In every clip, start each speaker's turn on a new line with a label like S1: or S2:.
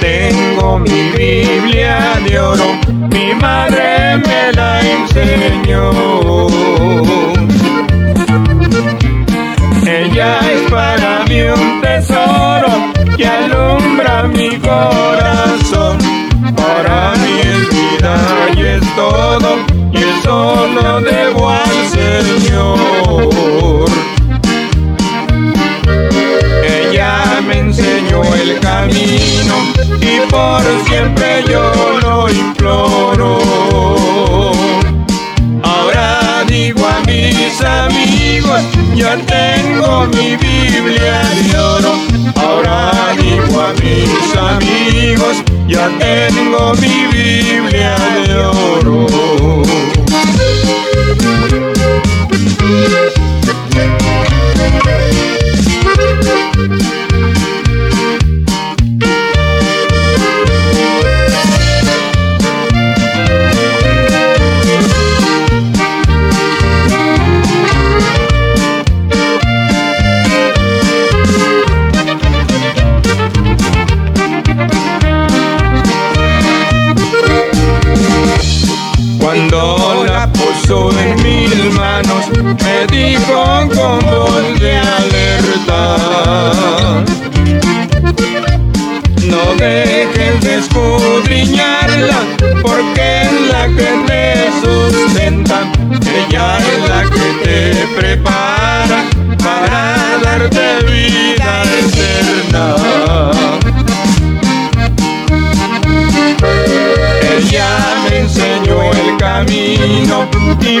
S1: tengo mi Biblia de oro, mi madre me la enseñó. Ella es para mí un tesoro que alumbra mi corazón. Para mí es vida y es todo, y el solo debo al Señor. Ella me enseñó el camino y por siempre yo lo imploro. Ahora digo a mis amigos, yo tengo mi Biblia de oro. Ahora digo a mis amigos, yo tengo mi Biblia de oro. Cuando la puso en mis manos, me dijo con voz de alerta. No dejes de escudriñarla, porque es la que te sustenta. Ella es la que te prepara para darte vida eterna. Ella me enseñó el camino y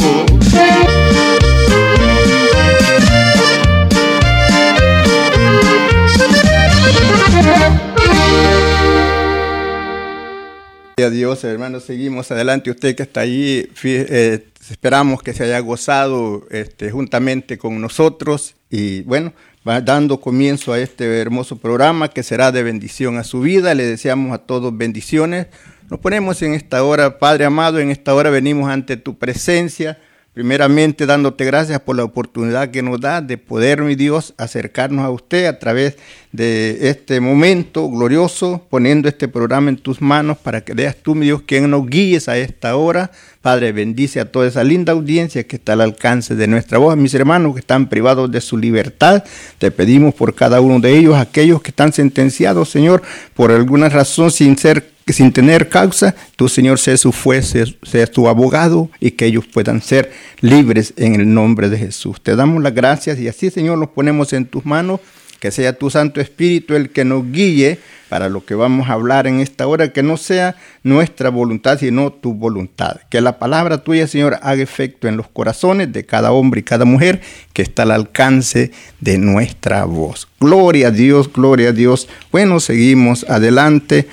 S2: Gloria a Dios, hermanos, seguimos adelante. Usted que está ahí, fí- eh, esperamos que se haya gozado este, juntamente con nosotros y bueno, va dando comienzo a este hermoso programa que será de bendición a su vida. Le deseamos a todos bendiciones. Nos ponemos en esta hora, Padre amado, en esta hora venimos ante tu presencia. Primeramente dándote gracias por la oportunidad que nos da de poder, mi Dios, acercarnos a usted a través de este momento glorioso, poniendo este programa en tus manos para que leas tú, mi Dios, quien nos guíes a esta hora. Padre, bendice a toda esa linda audiencia que está al alcance de nuestra voz. Mis hermanos que están privados de su libertad, te pedimos por cada uno de ellos, aquellos que están sentenciados, Señor, por alguna razón sin ser que sin tener causa, tu Señor sea su juez, sea- sea tu abogado y que ellos puedan ser libres en el nombre de Jesús. Te damos las gracias y así, Señor, los ponemos en tus manos. Que sea tu Santo Espíritu el que nos guíe para lo que vamos a hablar en esta hora, que no sea nuestra voluntad, sino tu voluntad. Que la palabra tuya, Señor, haga efecto en los corazones de cada hombre y cada mujer que está al alcance de nuestra voz. Gloria a Dios, gloria a Dios. Bueno, seguimos adelante.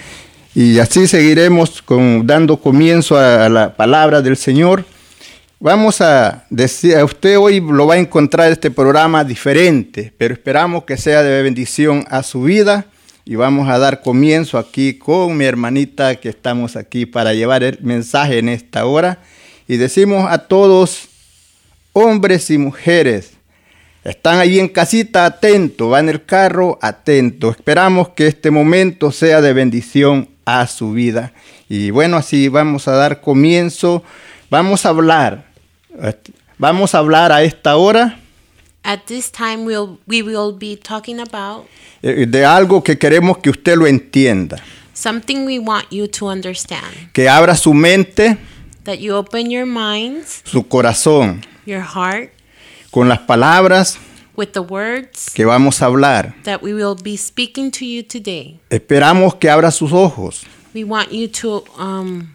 S2: Y así seguiremos con, dando comienzo a, a la palabra del Señor. Vamos a decir, a usted hoy lo va a encontrar este programa diferente, pero esperamos que sea de bendición a su vida. Y vamos a dar comienzo aquí con mi hermanita que estamos aquí para llevar el mensaje en esta hora. Y decimos a todos, hombres y mujeres, están ahí en casita, atento, va en el carro, atento. Esperamos que este momento sea de bendición a su vida. Y bueno, así vamos a dar comienzo. Vamos a hablar. este, Vamos a hablar a esta hora
S3: At this time, we'll, we will be talking about
S2: eh, de algo que queremos que usted lo entienda.
S3: something we want you to understand.
S2: Que abra su mente,
S3: That you open your minds,
S2: su corazón,
S3: your heart,
S2: con las palabras
S3: with the words
S2: que vamos a hablar.
S3: that we will be speaking to you today.
S2: Esperamos que abra sus ojos.
S3: We want you to um,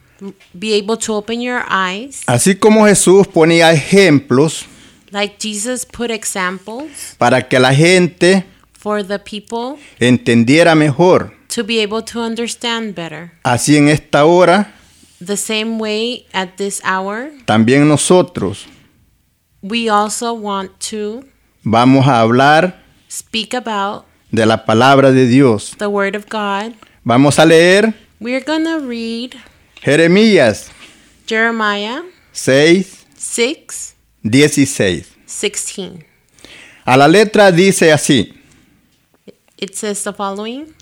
S3: be able to open your eyes,
S2: Así como Jesús ponía ejemplos
S3: like Jesus put examples
S2: para que la gente
S3: for the people
S2: entendiera mejor.
S3: to be able to understand better.
S2: Así en esta hora,
S3: The same way at this hour,
S2: también nosotros
S3: we also want to
S2: vamos a hablar
S3: speak about
S2: de la palabra de Dios.
S3: the Word of God.
S2: Vamos a leer
S3: We're going to read
S2: Jeremías
S3: Jeremiah
S2: 6,
S3: 6
S2: 16.
S3: 16.
S2: A la letra dice así.
S3: It says the following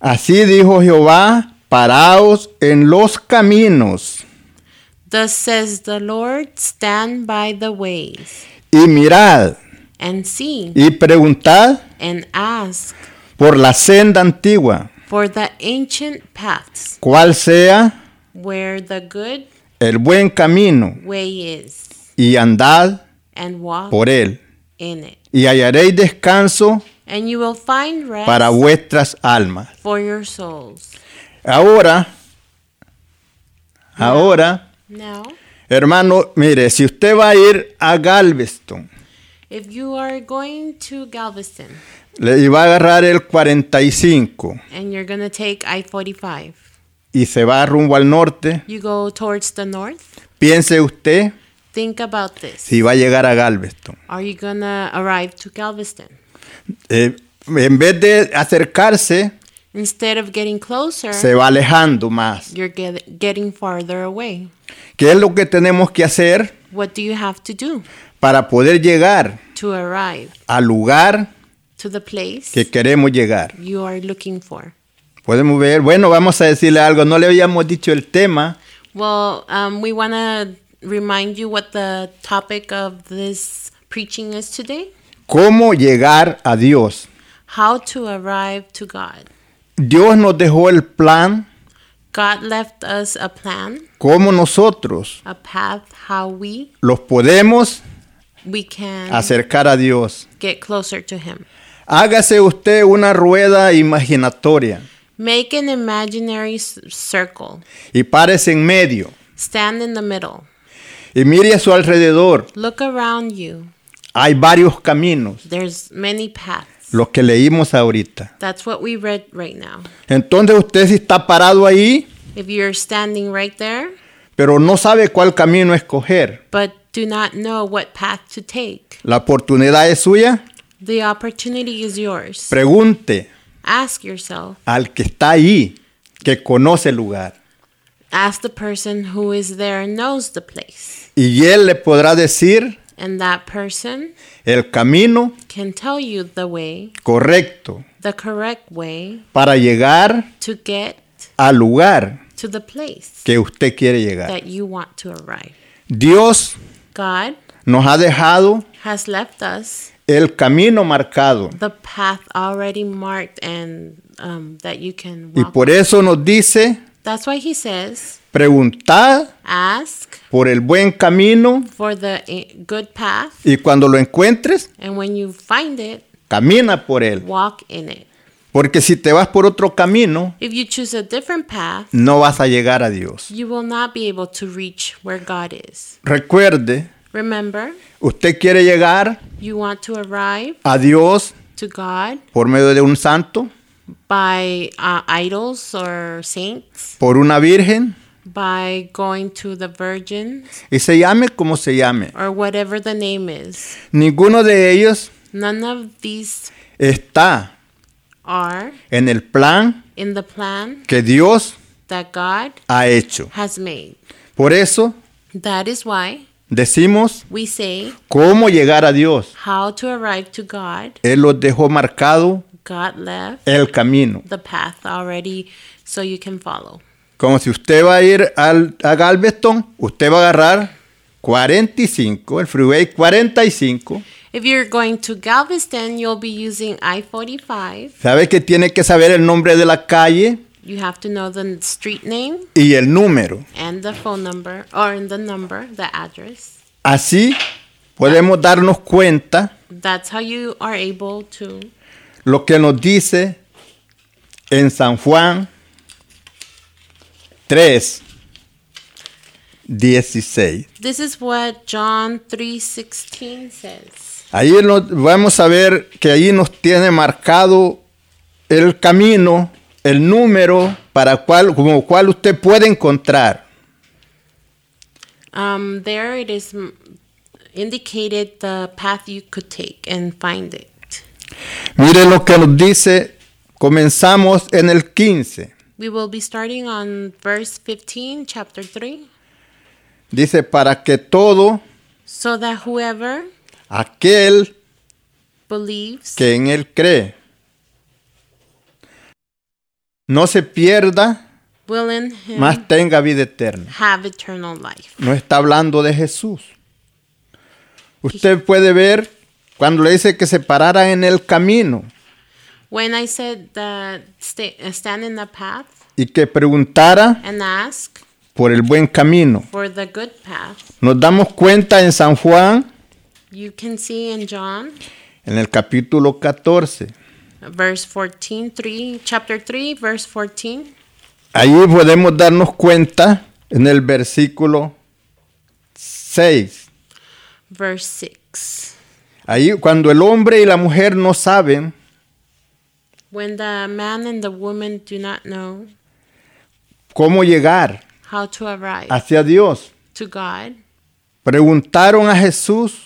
S2: Así dijo Jehová, paraos en los caminos
S3: Thus says the Lord, stand by the ways
S2: y mirad
S3: and see
S2: y preguntad
S3: and ask
S2: por la senda antigua,
S3: for the ancient paths
S2: cuál sea
S3: where the good
S2: el buen camino
S3: way is
S2: y andad
S3: and walk
S2: por él
S3: in it.
S2: y hallaréis descanso
S3: And you will find rest
S2: para vuestras almas.
S3: for your souls.
S2: Ahora, ahora,
S3: Now,
S2: hermano, mire, si usted va a ir a Galveston
S3: if you are going to Galveston
S2: le- y va a agarrar el 45
S3: and you're going to take I 45,
S2: y se va rumbo al norte,
S3: you go towards the north.
S2: piense usted
S3: Think about this.
S2: si va a llegar a Galveston.
S3: Are you going to arrive to Galveston?
S2: Eh, en vez de acercarse,
S3: Instead of getting closer,
S2: se va alejando más.
S3: you're get, getting farther away.
S2: ¿Qué es lo que tenemos que hacer
S3: What do you have to do
S2: para poder llegar
S3: to arrive
S2: al lugar
S3: to the place
S2: que queremos llegar?
S3: you are looking for?
S2: Podemos ver, bueno, vamos a decirle algo, no le habíamos dicho el tema,
S3: Well, um, we want to remind you what the topic of this preaching is today
S2: cómo llegar a Dios.
S3: how to arrive to God.
S2: Dios nos dejó el plan,
S3: God left us a plan,
S2: cómo nosotros
S3: a path, how we,
S2: los podemos
S3: we can
S2: acercar a Dios.
S3: get closer to Him.
S2: Hágase usted una rueda imaginatoria
S3: Make an imaginary s- circle,
S2: y párese en medio
S3: stand in the middle,
S2: y mire a su alrededor.
S3: look around you.
S2: Hay varios caminos,
S3: There's many paths.
S2: los que leímos ahorita.
S3: That's what we read right now.
S2: Entonces usted si está parado ahí,
S3: If you're standing right there,
S2: pero no sabe cuál camino escoger,
S3: but do not know what path to take,
S2: la oportunidad es suya,
S3: the opportunity is yours.
S2: pregunte
S3: Ask yourself,
S2: al que está ahí, que conoce el lugar.
S3: ask the person who is there and knows the place.
S2: Y él le podrá decir
S3: And that person
S2: el camino
S3: can tell you the way,
S2: correcto
S3: the correct way
S2: para llegar
S3: to get
S2: al lugar
S3: to the place
S2: que usted quiere llegar.
S3: that you want to arrive.
S2: Dios
S3: God
S2: nos ha dejado
S3: has left us
S2: el camino marcado
S3: the path already marked and um, that you can
S2: y
S3: walk.
S2: por e- eso nos dice,
S3: That's why he says,
S2: preguntad
S3: ask
S2: por el buen camino
S3: for the eh, good path,
S2: y cuando lo encuentres,
S3: and when you find it,
S2: camina por él.
S3: walk in it.
S2: Porque si te vas por otro camino,
S3: If you choose a different path,
S2: no vas a llegar a Dios.
S3: you will not be able to reach where God is.
S2: Recuerde,
S3: Remember,
S2: usted quiere llegar
S3: you want to arrive
S2: a Dios
S3: to God
S2: por medio de un santo,
S3: by uh, idols or saints,
S2: por una virgen,
S3: by going to the virgins
S2: y se llame como se llame.
S3: or whatever the name is.
S2: Ninguno de ellos
S3: None of these
S2: está
S3: are
S2: en el plan
S3: in the plan
S2: que Dios
S3: that God
S2: ha hecho.
S3: has made.
S2: Por eso
S3: That is why
S2: decimos
S3: we say
S2: cómo llegar a Dios.
S3: how to arrive to God.
S2: Él los dejó marcado
S3: God left
S2: el camino.
S3: the path already so you can follow.
S2: Como si usted va a ir al, a Galveston, usted va a agarrar 45, el freeway 45.
S3: If you're going to Galveston, you'll be using I 45.
S2: Sabe que tiene que saber el nombre de la calle
S3: You have to know the street name
S2: y el número.
S3: and the phone number, or in the number, the address.
S2: Así podemos darnos cuenta
S3: That's how you are able to.
S2: lo que nos dice en San Juan 3, 16.
S3: This is what John 3:16 says.
S2: Ahí lo- vamos a ver que ahí nos tiene marcado el camino, el número para cual, como cual usted puede encontrar.
S3: Um, there it is m- indicated the path you could take and find it.
S2: Mire lo que nos dice, comenzamos en el 15.
S3: We will be starting on verse 15, chapter 3.
S2: Dice, para que todo
S3: So that whoever
S2: aquel
S3: believes
S2: que en él cree no se pierda,
S3: will in him
S2: más tenga vida eterna.
S3: have eternal life.
S2: No está hablando de Jesús. Usted puede ver cuando le dice que se parara en el camino
S3: When I said that stay, uh, stand in the path
S2: y que preguntara
S3: and ask
S2: por el buen camino.
S3: for the good path,
S2: Nos damos cuenta en San Juan,
S3: you can see in John
S2: en el capítulo 14.
S3: verse 14, 3, chapter 3, verse 14.
S2: Ahí podemos darnos cuenta en el versículo 6.
S3: verse 6.
S2: Ahí cuando el hombre y la mujer no saben,
S3: When the man and the woman do not know
S2: cómo llegar
S3: how to arrive
S2: hacia Dios.
S3: to God,
S2: Preguntaron a Jesús,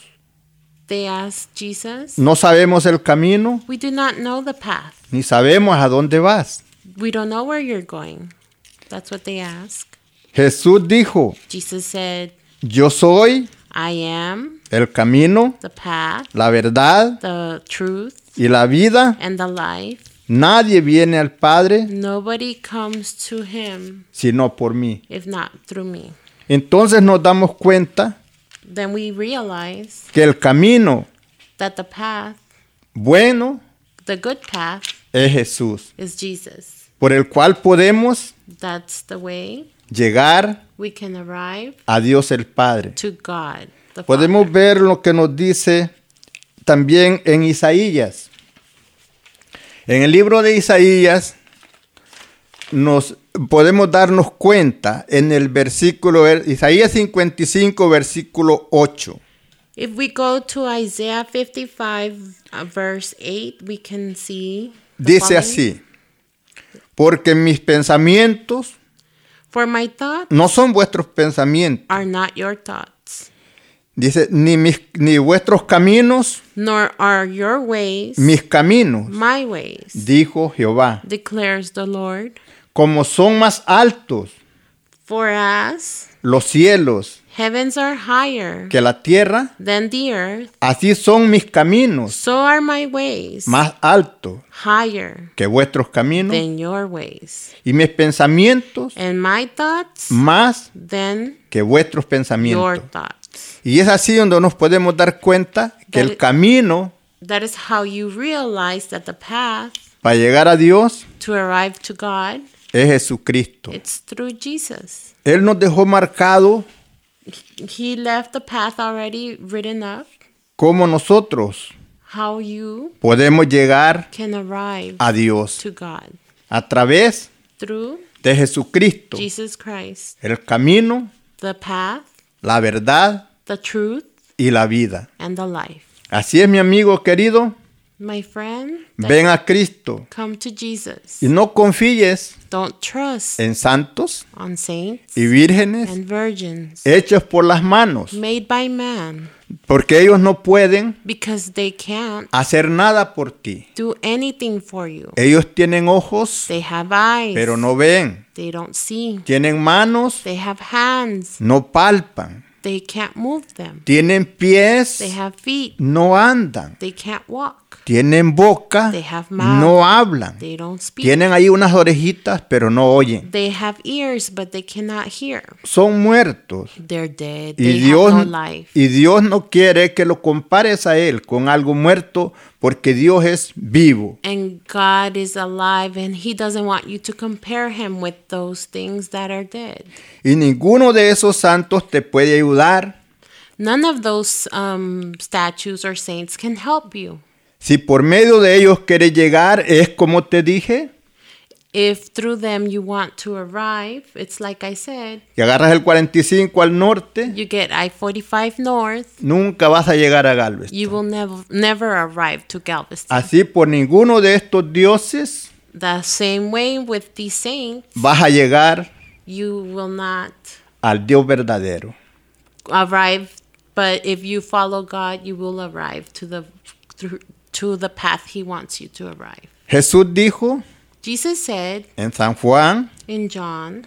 S3: they ask Jesus,
S2: no sabemos el camino,
S3: We do not know the path.
S2: ni sabemos a dónde vas.
S3: We don't know where you're going. That's what they ask.
S2: Jesús dijo,
S3: Jesus said,
S2: yo soy
S3: I am
S2: el camino,
S3: the path,
S2: la verdad
S3: the truth,
S2: y la vida.
S3: and the life.
S2: Nadie viene al Padre
S3: Nobody comes to him
S2: sino por mí.
S3: if not through me.
S2: Entonces nos damos cuenta
S3: Then we realize
S2: que el camino
S3: that the path,
S2: bueno
S3: the good path,
S2: es Jesús,
S3: is Jesus.
S2: por el cual podemos
S3: That's the way
S2: llegar
S3: we can arrive
S2: a Dios el Padre.
S3: to God. The Father.
S2: Podemos ver lo que nos dice también en Isaías. En el libro de Isaías nos podemos darnos cuenta en el versículo Isaías 55 versículo 8.
S3: If we go to Isaiah 55, uh, verse 8, we can see. the
S2: Dice
S3: following.
S2: así: Porque mis pensamientos
S3: For my thoughts
S2: no son vuestros pensamientos.
S3: are not your thoughts,
S2: Dice, ni, mis, ni vuestros caminos,
S3: nor are your ways
S2: mis caminos,
S3: my ways,
S2: dijo Jehová.
S3: declares the Lord.
S2: Como son más altos
S3: For as
S2: los cielos
S3: heavens are higher
S2: que la tierra,
S3: than the earth,
S2: así son mis caminos
S3: so are my ways
S2: más altos
S3: higher
S2: que vuestros caminos,
S3: than your ways,
S2: y mis pensamientos
S3: and my thoughts
S2: más
S3: than
S2: que vuestros
S3: your
S2: pensamientos.
S3: thoughts.
S2: Y es así donde nos podemos dar cuenta que el camino
S3: That is how you realize that the path
S2: para llegar a Dios
S3: to arrive to God
S2: es Jesucristo.
S3: it's through Jesus.
S2: Él nos dejó marcado
S3: He left the path already written up
S2: cómo nosotros
S3: how you
S2: podemos llegar
S3: can arrive
S2: a Dios.
S3: to God
S2: a través
S3: through
S2: de Jesucristo,
S3: Jesus Christ,
S2: el camino,
S3: the path,
S2: la verdad
S3: the truth,
S2: y la vida.
S3: and the life.
S2: Así es, mi amigo querido,
S3: My friend,
S2: ven a Cristo
S3: come to Jesus.
S2: y no confíes
S3: Don't trust
S2: en santos
S3: on saints
S2: y vírgenes
S3: and virgins
S2: hechos por las manos,
S3: made by man
S2: porque ellos no pueden
S3: because they can't
S2: hacer nada por ti.
S3: do anything for you.
S2: Ellos tienen ojos,
S3: They have eyes.
S2: pero no ven.
S3: They don't see.
S2: Tienen manos,
S3: They have hands.
S2: no palpan.
S3: They can't move them.
S2: Tienen pies,
S3: They have feet.
S2: no andan.
S3: They can't walk.
S2: Tienen boca,
S3: They have mouth.
S2: no hablan.
S3: They don't speak.
S2: Tienen ahí unas orejitas, pero no oyen.
S3: They have ears, but they cannot hear.
S2: Son muertos.
S3: They're dead.
S2: Y
S3: They
S2: Dios,
S3: have no life.
S2: y Dios no quiere que lo compares a Él con algo muerto, porque Dios es vivo.
S3: And God is alive, and He doesn't want you to compare Him with those things that are dead.
S2: Y ninguno de esos santos te puede ayudar
S3: None of those um, statues or saints can help you.
S2: si por medio de ellos quieres llegar. Es como te dije,
S3: If through them you want to arrive, it's like I said,
S2: que agarras el 45 al norte,
S3: you get I 45 north,
S2: nunca vas a llegar a Galvez.
S3: you will never never arrive to Galveston.
S2: Así por ninguno de estos dioses
S3: the same way with the saints,
S2: vas a llegar
S3: you will not
S2: al Dios verdadero.
S3: arrive, but if you follow God, you will arrive to the through- to the path He wants you to arrive.
S2: Jesús dijo
S3: Jesus said
S2: en San Juan
S3: in John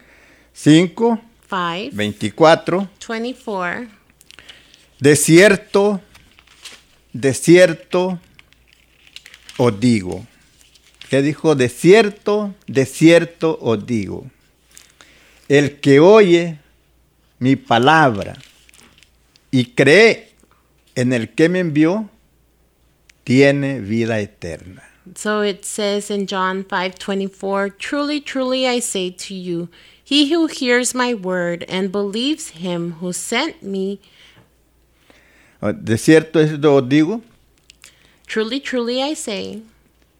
S2: 5,
S3: 5
S2: 24,
S3: 24,
S2: de cierto, de cierto os digo. ¿Qué dijo? De cierto, de cierto os digo. El que oye mi palabra y cree en el que me envió, tiene vida eterna.
S3: So it says in John 5:24, "Truly, truly I say to you, he who hears my word and believes him who sent me,
S2: De cierto esto os digo,
S3: truly, truly I say,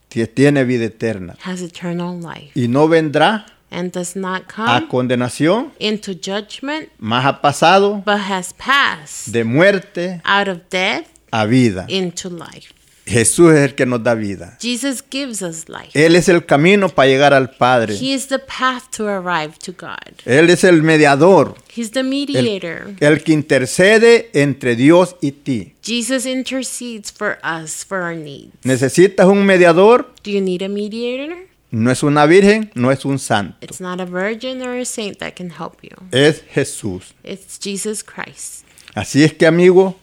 S2: que tiene vida eterna.
S3: has eternal life
S2: Y no vendrá
S3: and does not
S2: a
S3: come
S2: condenación,
S3: into judgment,
S2: más ha pasado
S3: but has passed
S2: de muerte
S3: out of death
S2: a vida.
S3: into life."
S2: Jesús es el que nos da vida.
S3: Jesus gives us life.
S2: Él es el camino para llegar al Padre.
S3: He is the path to arrive to God.
S2: Él es el mediador,
S3: He's the mediator.
S2: el, el que intercede entre Dios y ti.
S3: Jesus intercedes for us for our needs.
S2: ¿Necesitas un mediador?
S3: Do you need a mediator?
S2: No es una virgen, no es un santo.
S3: It's not a virgin or a saint that can help you.
S2: Es Jesús.
S3: It's Jesus Christ.
S2: Así es que, amigo,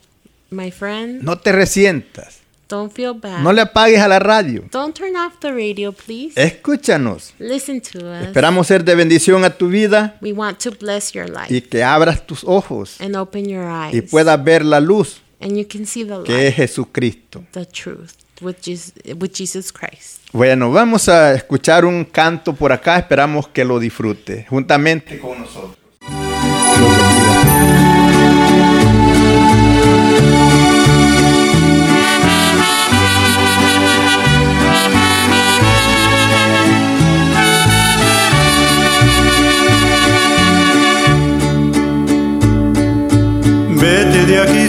S3: My friend,
S2: no te resientas.
S3: don't feel bad.
S2: No le Eh, apagues a la radio.
S3: Don't turn off the radio, please.
S2: Escúchanos.
S3: Listen to us.
S2: Esperamos ser de bendición a tu vida
S3: We want to bless your life
S2: y que abras tus ojos
S3: and open your
S2: y
S3: eyes.
S2: puedas ver la luz
S3: And you can see the
S2: que
S3: light,
S2: es Jesucristo.
S3: the truth with Jesus, with Jesus Christ.
S2: Bueno, vamos a escuchar un canto por acá. Esperamos que lo disfrute juntamente con nosotros. Dios bendiga.
S4: Vete de aquí,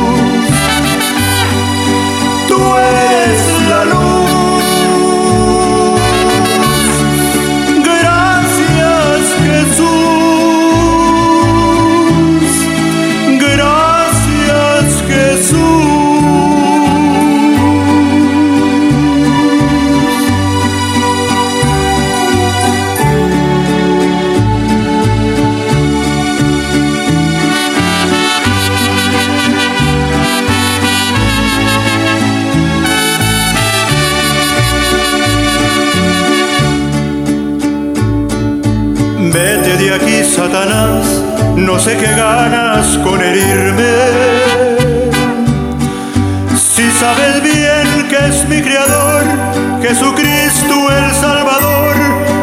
S4: Tú eres la luz. Gracias Jesús, gracias Jesús. Vete de aquí, Satanás, no sé qué ganas con herirme. Si sabes bien que es mi Creador, Jesucristo el Salvador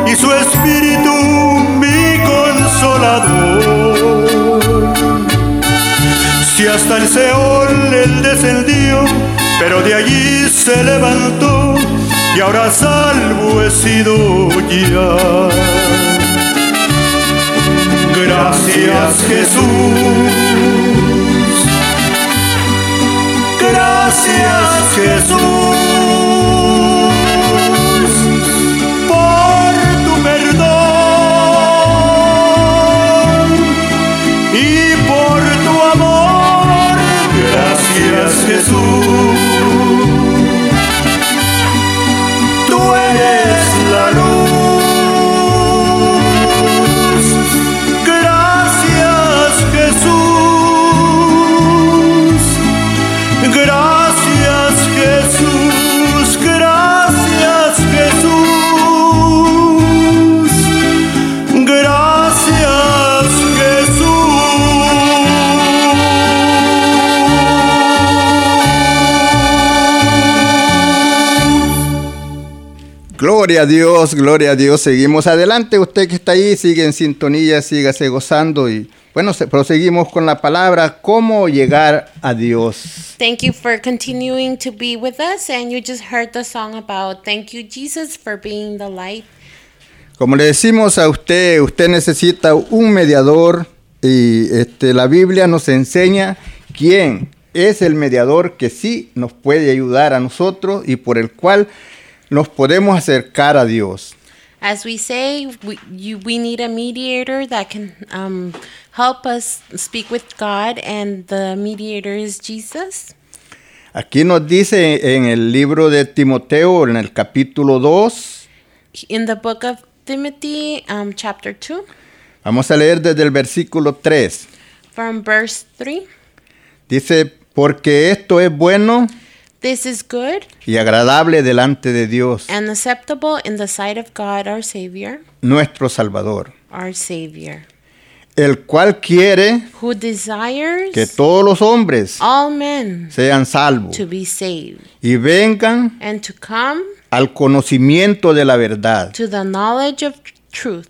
S4: y su Espíritu mi consolador. Si hasta el Seol él descendió, pero de allí se levantó y ahora salvo he sido ya. Gracias Jesús. Gracias Jesús por tu perdón y por tu amor. Gracias Jesús. Tú eres la luz. Gracias Jesús.
S2: Gloria a Dios, gloria a Dios. Seguimos adelante. Usted que está ahí, sigue en sintonía, sígase gozando. Y bueno, se- proseguimos con la palabra, cómo llegar a Dios.
S3: Thank you for continuing to be with us. And you just heard the song about Thank You, Jesus, for being the light.
S2: Como le decimos a usted, usted necesita un mediador y este, la Biblia nos enseña quién es el mediador que sí nos puede ayudar a nosotros y por el cual nos podemos acercar a Dios.
S3: As we say, we, you, we need a mediator that can um, help us speak with God, and the mediator is Jesus.
S2: Aquí nos dice en el libro de Timoteo, en el capítulo 2,
S3: In the book of Timothy, um, chapter 2,
S2: Vamos a leer desde el versículo 3.
S3: from verse 3,
S2: Dice, porque esto es bueno
S3: this is good
S2: y agradable delante de Dios,
S3: and acceptable in the sight of God, our Savior,
S2: nuestro Salvador,
S3: our Savior,
S2: el cual quiere
S3: who desires
S2: que todos los hombres
S3: all men
S2: sean salvos
S3: to be saved
S2: y vengan
S3: and to come
S2: al conocimiento de la verdad.
S3: to the knowledge of tr- truth.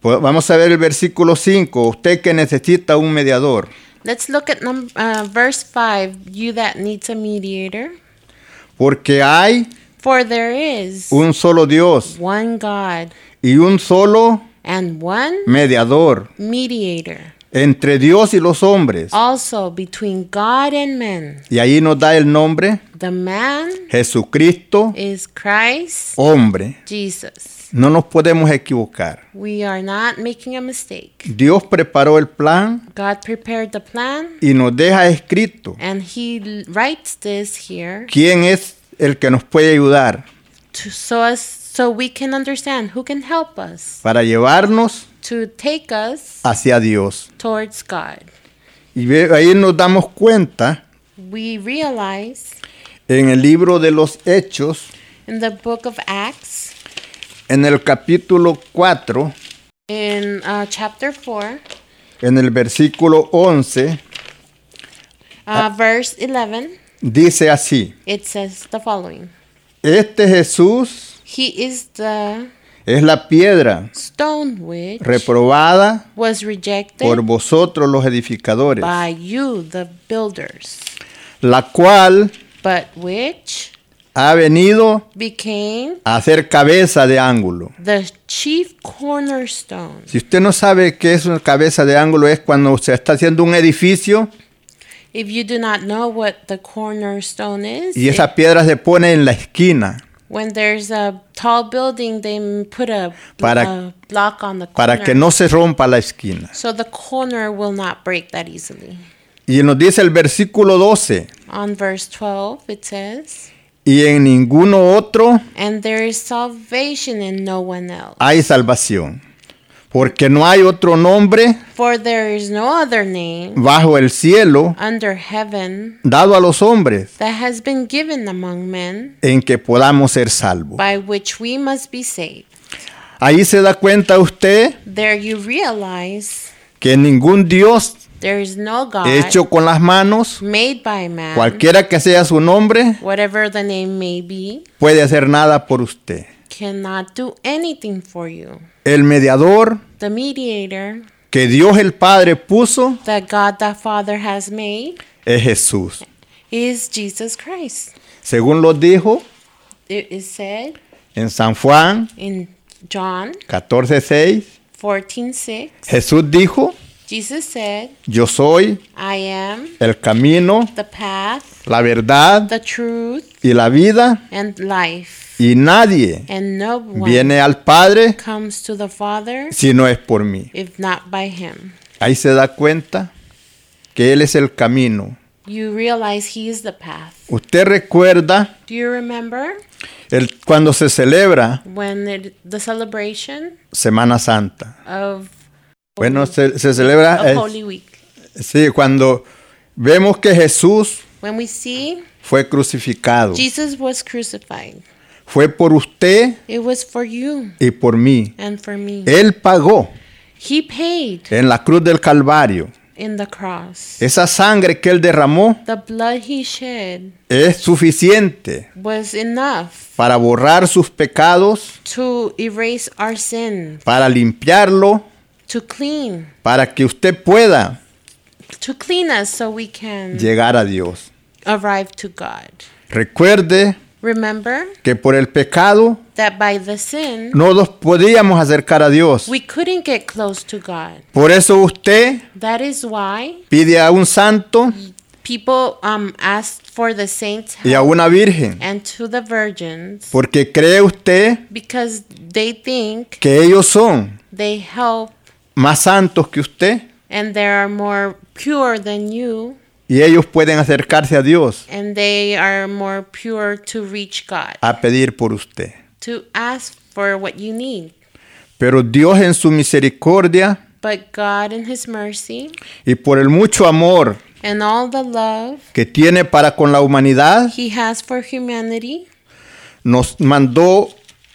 S2: Pues vamos a ver el versículo 5. Usted que necesita un mediador.
S3: Let's look at num- uh, verse 5, you that needs a mediator.
S2: Porque hay
S3: For there is
S2: un solo Dios
S3: one God
S2: y un solo
S3: and one
S2: mediador
S3: mediator,
S2: entre Dios y los hombres.
S3: Ah. also between God and men.
S2: Y ahí nos da el nombre
S3: The man
S2: Jesucristo,
S3: is Christ
S2: hombre.
S3: Jesus.
S2: No nos podemos equivocar.
S3: We are not making a mistake.
S2: Dios preparó el plan
S3: God prepared the plan,
S2: y nos deja escrito
S3: and He l- writes this here
S2: quién es el que nos puede ayudar
S3: to, so us so we can understand who can help us
S2: para llevarnos
S3: to take us
S2: hacia Dios.
S3: towards God.
S2: Y ve- ahí nos damos cuenta
S3: We realize
S2: en el libro de los Hechos,
S3: in the book of Acts,
S2: en el capítulo 4,
S3: in uh, chapter 4,
S2: en el versículo 11,
S3: Uh, verse 11,
S2: dice así,
S3: it says the following
S2: este Jesús
S3: He is the
S2: es la piedra
S3: stone which
S2: reprobada
S3: was rejected
S2: por vosotros los edificadores,
S3: by you, the builders,
S2: la cual
S3: but which
S2: ha venido
S3: became
S2: a hacer cabeza de ángulo.
S3: the chief cornerstone.
S2: Si usted no sabe qué es una cabeza de ángulo, es cuando se está haciendo un edificio
S3: If you do not know what the cornerstone is,
S2: y
S3: it-
S2: esa piedra se pone en la esquina
S3: when there's a tall building, they m- put a,
S2: Para-
S3: a block on the corner.
S2: para que no se rompa la esquina.
S3: so the corner will not break that easily.
S2: Y nos dice el versículo 12,
S3: On verse 12, it says.
S2: y en ninguno otro
S3: And there is salvation in no one else.
S2: hay salvación, porque no hay otro nombre
S3: For there is no other name
S2: bajo el cielo
S3: under heaven
S2: dado a los hombres
S3: that has been given among men
S2: en que podamos ser salvos.
S3: by which we must be saved.
S2: Ahí se da cuenta usted
S3: There you realize
S2: que ningún Dios
S3: there is no God
S2: hecho con las manos
S3: made by man,
S2: Cualquiera que sea su nombre,
S3: whatever the name may be,
S2: puede hacer nada por usted.
S3: cannot do anything for you.
S2: El mediador
S3: The mediator
S2: que Dios el Padre puso
S3: that God the Father has made
S2: es Jesús.
S3: is Jesus Christ.
S2: Según lo dijo
S3: It is said
S2: en San Juan
S3: in John
S2: 14:6,
S3: 14 6.
S2: Jesús dijo,
S3: Jesus said,
S2: yo soy
S3: I am
S2: el camino,
S3: the path,
S2: la verdad
S3: the truth,
S2: y la vida,
S3: and life.
S2: y nadie
S3: And no one
S2: viene al Padre
S3: comes to the Father
S2: si no es por mí.
S3: if not by Him.
S2: Ahí se da cuenta que Él es el camino.
S3: You realize He is the path.
S2: Usted recuerda
S3: Do you remember
S2: el- cuando se celebra
S3: when it, the celebration
S2: Semana Santa.
S3: of,
S2: Bueno, se, se celebra,
S3: of
S2: eh,
S3: Holy Week?
S2: sí, cuando vemos que Jesús
S3: When we see
S2: fue crucificado.
S3: Jesus was crucified,
S2: Fue por usted
S3: it was for you
S2: y por mí.
S3: and for me.
S2: Él pagó
S3: He paid
S2: en la cruz del Calvario
S3: in the cross.
S2: Esa sangre que Él derramó
S3: The blood he shed
S2: es suficiente
S3: was enough
S2: para borrar sus pecados,
S3: to erase our sin,
S2: para limpiarlo,
S3: to clean,
S2: para que usted pueda
S3: to clean us so we can
S2: llegar a Dios.
S3: arrive to God.
S2: Recuerde
S3: Remember
S2: que por el pecado
S3: that by the sin,
S2: no nos podíamos acercar a Dios.
S3: we couldn't get close to God.
S2: Por eso usted
S3: That is why
S2: pide a un santo
S3: people um, asked for the saints'
S2: y
S3: help
S2: a una virgen,
S3: and to the virgins
S2: porque cree usted
S3: because they think
S2: que ellos son
S3: they help
S2: más santos que usted
S3: and they are more pure than you
S2: y ellos pueden acercarse a Dios
S3: and they are more pure to reach God,
S2: a pedir por usted.
S3: to ask for what you need.
S2: Pero Dios en su misericordia
S3: But God, in His mercy
S2: y por el mucho amor
S3: and all the love
S2: que tiene para con la humanidad,
S3: He has for humanity,
S2: nos mandó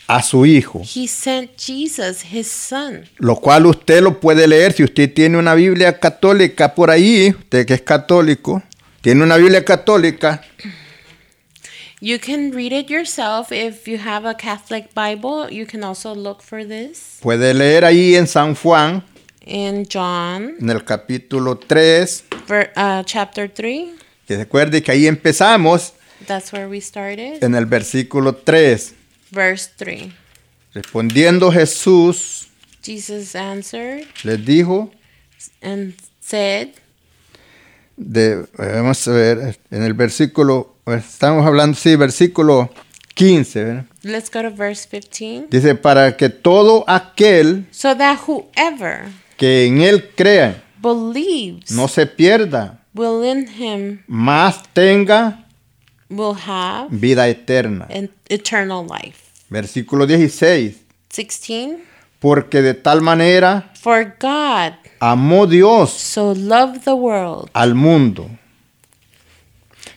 S2: a su Hijo,
S3: He sent Jesus, His Son.
S2: lo cual usted lo puede leer si usted tiene una Biblia católica por ahí, usted que es católico, tiene una Biblia católica,
S3: You can read it yourself. If you have a Catholic Bible, you can also look for this
S2: puede leer ahí en San Juan,
S3: in John
S2: en el capítulo 3,
S3: ver, uh, chapter 3.
S2: que recuerde que ahí empezamos
S3: That's where we started.
S2: en el versículo 3,
S3: Verse 3.
S2: respondiendo Jesús
S3: Jesus answered
S2: les dijo,
S3: and said,
S2: de, eh, vamos a ver, en el versículo, estamos hablando, sí, versículo 15, ¿verdad?
S3: Let's go to verse 15.
S2: dice, para que todo aquel
S3: So that whoever
S2: que en él crea
S3: believes
S2: no se pierda,
S3: will in him
S2: más tenga
S3: will have
S2: vida eterna.
S3: an eternal life.
S2: Versículo 16,
S3: 16.
S2: porque de tal manera
S3: For God
S2: amó Dios
S3: so loved the world
S2: al mundo,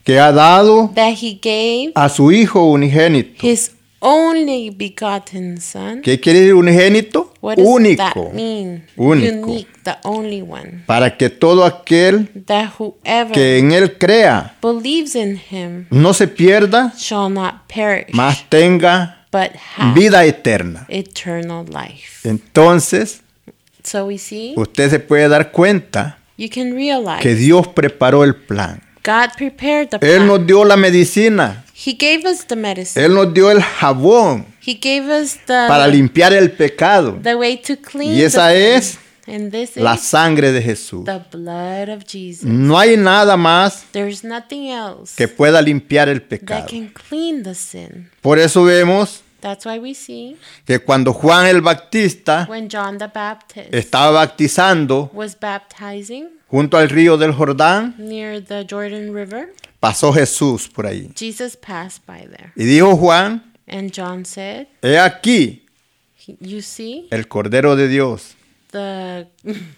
S2: que ha dado
S3: that he gave
S2: a su Hijo unigénito.
S3: his only begotten son.
S2: ¿Qué quiere decir unigénito?
S3: What does
S2: Único.
S3: that mean?
S2: Único.
S3: Unique, the only one.
S2: Para que todo aquel
S3: That whoever
S2: que en él crea
S3: believes in him
S2: no se pierda,
S3: shall not perish,
S2: más tenga
S3: but have
S2: vida eterna.
S3: eternal life.
S2: Entonces,
S3: So we see,
S2: usted se puede dar cuenta
S3: you can realize
S2: que Dios preparó el plan.
S3: God prepared the
S2: Él
S3: plan.
S2: nos dio la medicina,
S3: he gave us the medicine.
S2: Él nos dio el jabón
S3: he gave us the
S2: para limpiar el pecado,
S3: the way to clean.
S2: Y
S3: the
S2: esa
S3: sin.
S2: es
S3: and this
S2: la
S3: is
S2: sangre de Jesús.
S3: the blood of Jesus.
S2: No hay nada más
S3: There's nothing else
S2: que pueda limpiar el
S3: that
S2: pecado.
S3: can clean the sin.
S2: Por eso vemos
S3: That's why we see
S2: que cuando Juan el Bautista
S3: when John the Baptist
S2: estaba bautizando
S3: was baptizing
S2: junto al río del Jordán,
S3: near the Jordan River,
S2: pasó Jesús por ahí.
S3: Jesus passed by there.
S2: Y dijo Juan,
S3: And John said,
S2: he aquí
S3: You see
S2: el Cordero de Dios
S3: the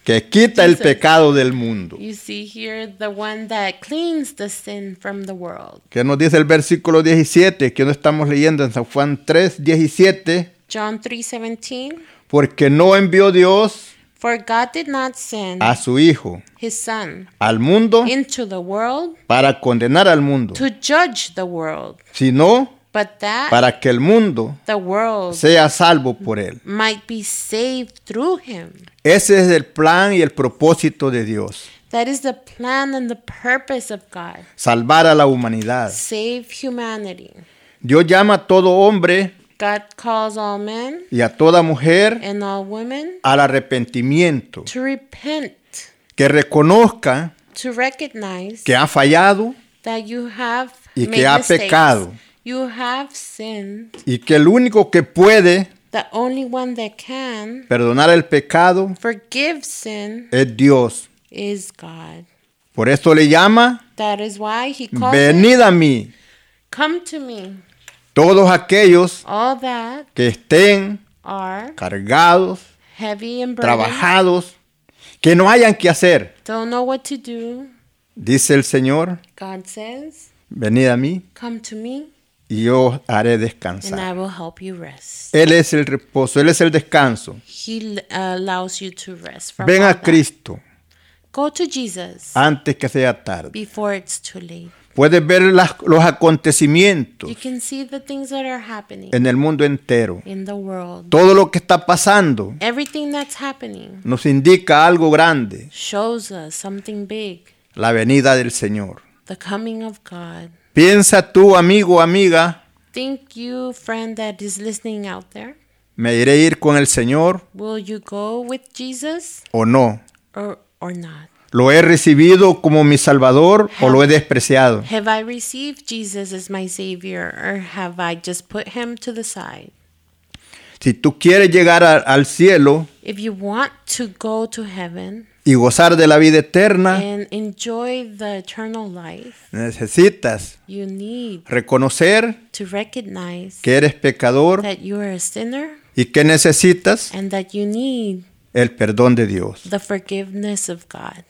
S2: que quita el
S3: Jesus.
S2: pecado del mundo.
S3: you see here the one that cleans the sin from the world.
S2: ¿Qué nos dice el versículo 17? Que no estamos leyendo en San Juan 3, 17.
S3: John 3:17
S2: Porque no envió Dios
S3: For God did not send
S2: a su Hijo
S3: his son
S2: al mundo
S3: into the world
S2: para condenar al mundo,
S3: to judge the world,
S2: sino
S3: but that
S2: para que el mundo
S3: the world
S2: sea salvo por él.
S3: might be saved through him.
S2: Ese es el plan y el propósito de Dios,
S3: That is the plan and the purpose of God.
S2: salvar a la humanidad.
S3: Save humanity.
S2: Dios llama a todo hombre
S3: God calls all men
S2: y a toda mujer
S3: and all women
S2: al arrepentimiento,
S3: to repent,
S2: que reconozca
S3: to recognize
S2: que ha fallado
S3: that you have
S2: Y que
S3: made
S2: ha
S3: mistakes.
S2: pecado.
S3: You have sinned.
S2: y que el único que puede
S3: The only one that can
S2: perdonar el pecado
S3: forgive sin
S2: es Dios.
S3: is God.
S2: Por esto le llama,
S3: That is why he calls it,
S2: venid a mí,
S3: Come to me.
S2: todos aquellos
S3: All that
S2: que estén
S3: are
S2: cargados,
S3: heavy and burdened.
S2: trabajados, que no hayan que hacer.
S3: Don't know what to do.
S2: Dice el Señor,
S3: God says,
S2: venid a mí
S3: Come to me
S2: y yo os haré
S3: and I
S2: descansar.
S3: will help you rest.
S2: Él es el reposo, Él es el descanso.
S3: He l- uh, allows you to rest from
S2: Ven
S3: all
S2: a Ah.
S3: that.
S2: Cristo,
S3: Go to Jesus
S2: antes que sea tarde.
S3: before it's too late.
S2: Puedes ver las- los acontecimientos
S3: You can see the things that are happening
S2: en el mundo entero.
S3: in the world.
S2: Todo lo que está pasando
S3: Everything that's happening
S2: nos indica algo grande,
S3: shows us something big
S2: la venida del Señor.
S3: the coming of God.
S2: Piensa tú, amigo o amiga,
S3: Think you, friend that is listening out there,
S2: ¿me iré a ir con el Señor
S3: will you go with Jesus
S2: o no?
S3: or, or not?
S2: ¿Lo he recibido como mi Salvador o lo he despreciado?
S3: Have I received Jesus as my Savior or have I just put him to the side?
S2: Si tú quieres llegar a- al cielo
S3: If you want to go to heaven
S2: y gozar de la vida eterna,
S3: and enjoy the eternal life,
S2: necesitas
S3: you need
S2: reconocer
S3: to recognize
S2: que eres pecador
S3: that you are a sinner
S2: y que necesitas
S3: and that you need
S2: el perdón de Dios.
S3: the forgiveness of God.